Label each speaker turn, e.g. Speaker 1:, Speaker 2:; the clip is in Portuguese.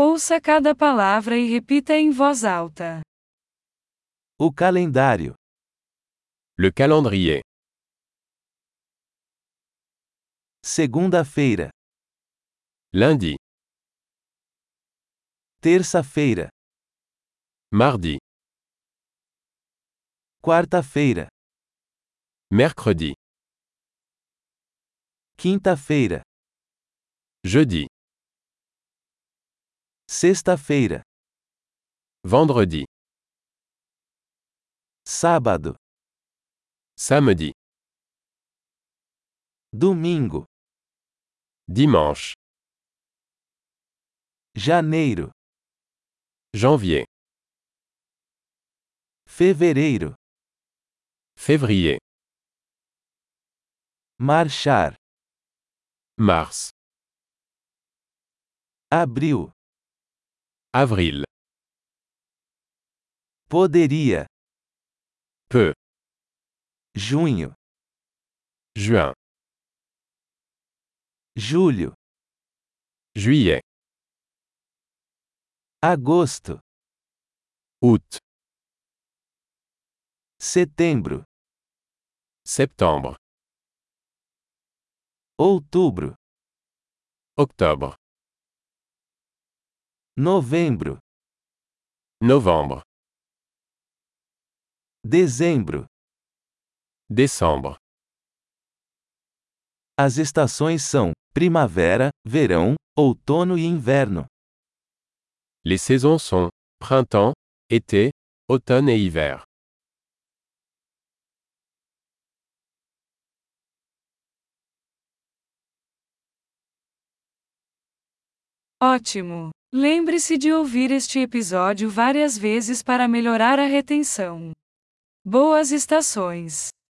Speaker 1: Ouça cada palavra e repita em voz alta.
Speaker 2: O calendário.
Speaker 3: Le calendrier.
Speaker 2: Segunda-feira.
Speaker 3: Lundi,
Speaker 2: Terça-feira.
Speaker 3: mardi,
Speaker 2: Quarta-feira.
Speaker 3: mercredi,
Speaker 2: Quinta-feira.
Speaker 3: jeudi,
Speaker 2: Sexta-feira.
Speaker 3: vendredi,
Speaker 2: Sábado.
Speaker 3: samedi,
Speaker 2: Domingo.
Speaker 3: dimanche,
Speaker 2: Janeiro.
Speaker 3: janvier,
Speaker 2: Fevereiro.
Speaker 3: février,
Speaker 2: Marchar.
Speaker 3: mars,
Speaker 2: Abril.
Speaker 3: avril,
Speaker 2: Poderia.
Speaker 3: peu,
Speaker 2: Junho.
Speaker 3: juin,
Speaker 2: Julho.
Speaker 3: juillet,
Speaker 2: Agosto.
Speaker 3: août,
Speaker 2: Setembro.
Speaker 3: septembre,
Speaker 2: Outubro.
Speaker 3: octobre,
Speaker 2: Novembro.
Speaker 3: novembre,
Speaker 2: Dezembro.
Speaker 3: décembre.
Speaker 2: As estações são primavera, verão, outono e inverno.
Speaker 3: Les saisons sont printemps, été, automne et hiver.
Speaker 1: Ótimo! Lembre-se de ouvir este episódio várias vezes para melhorar a retenção. Boas estações!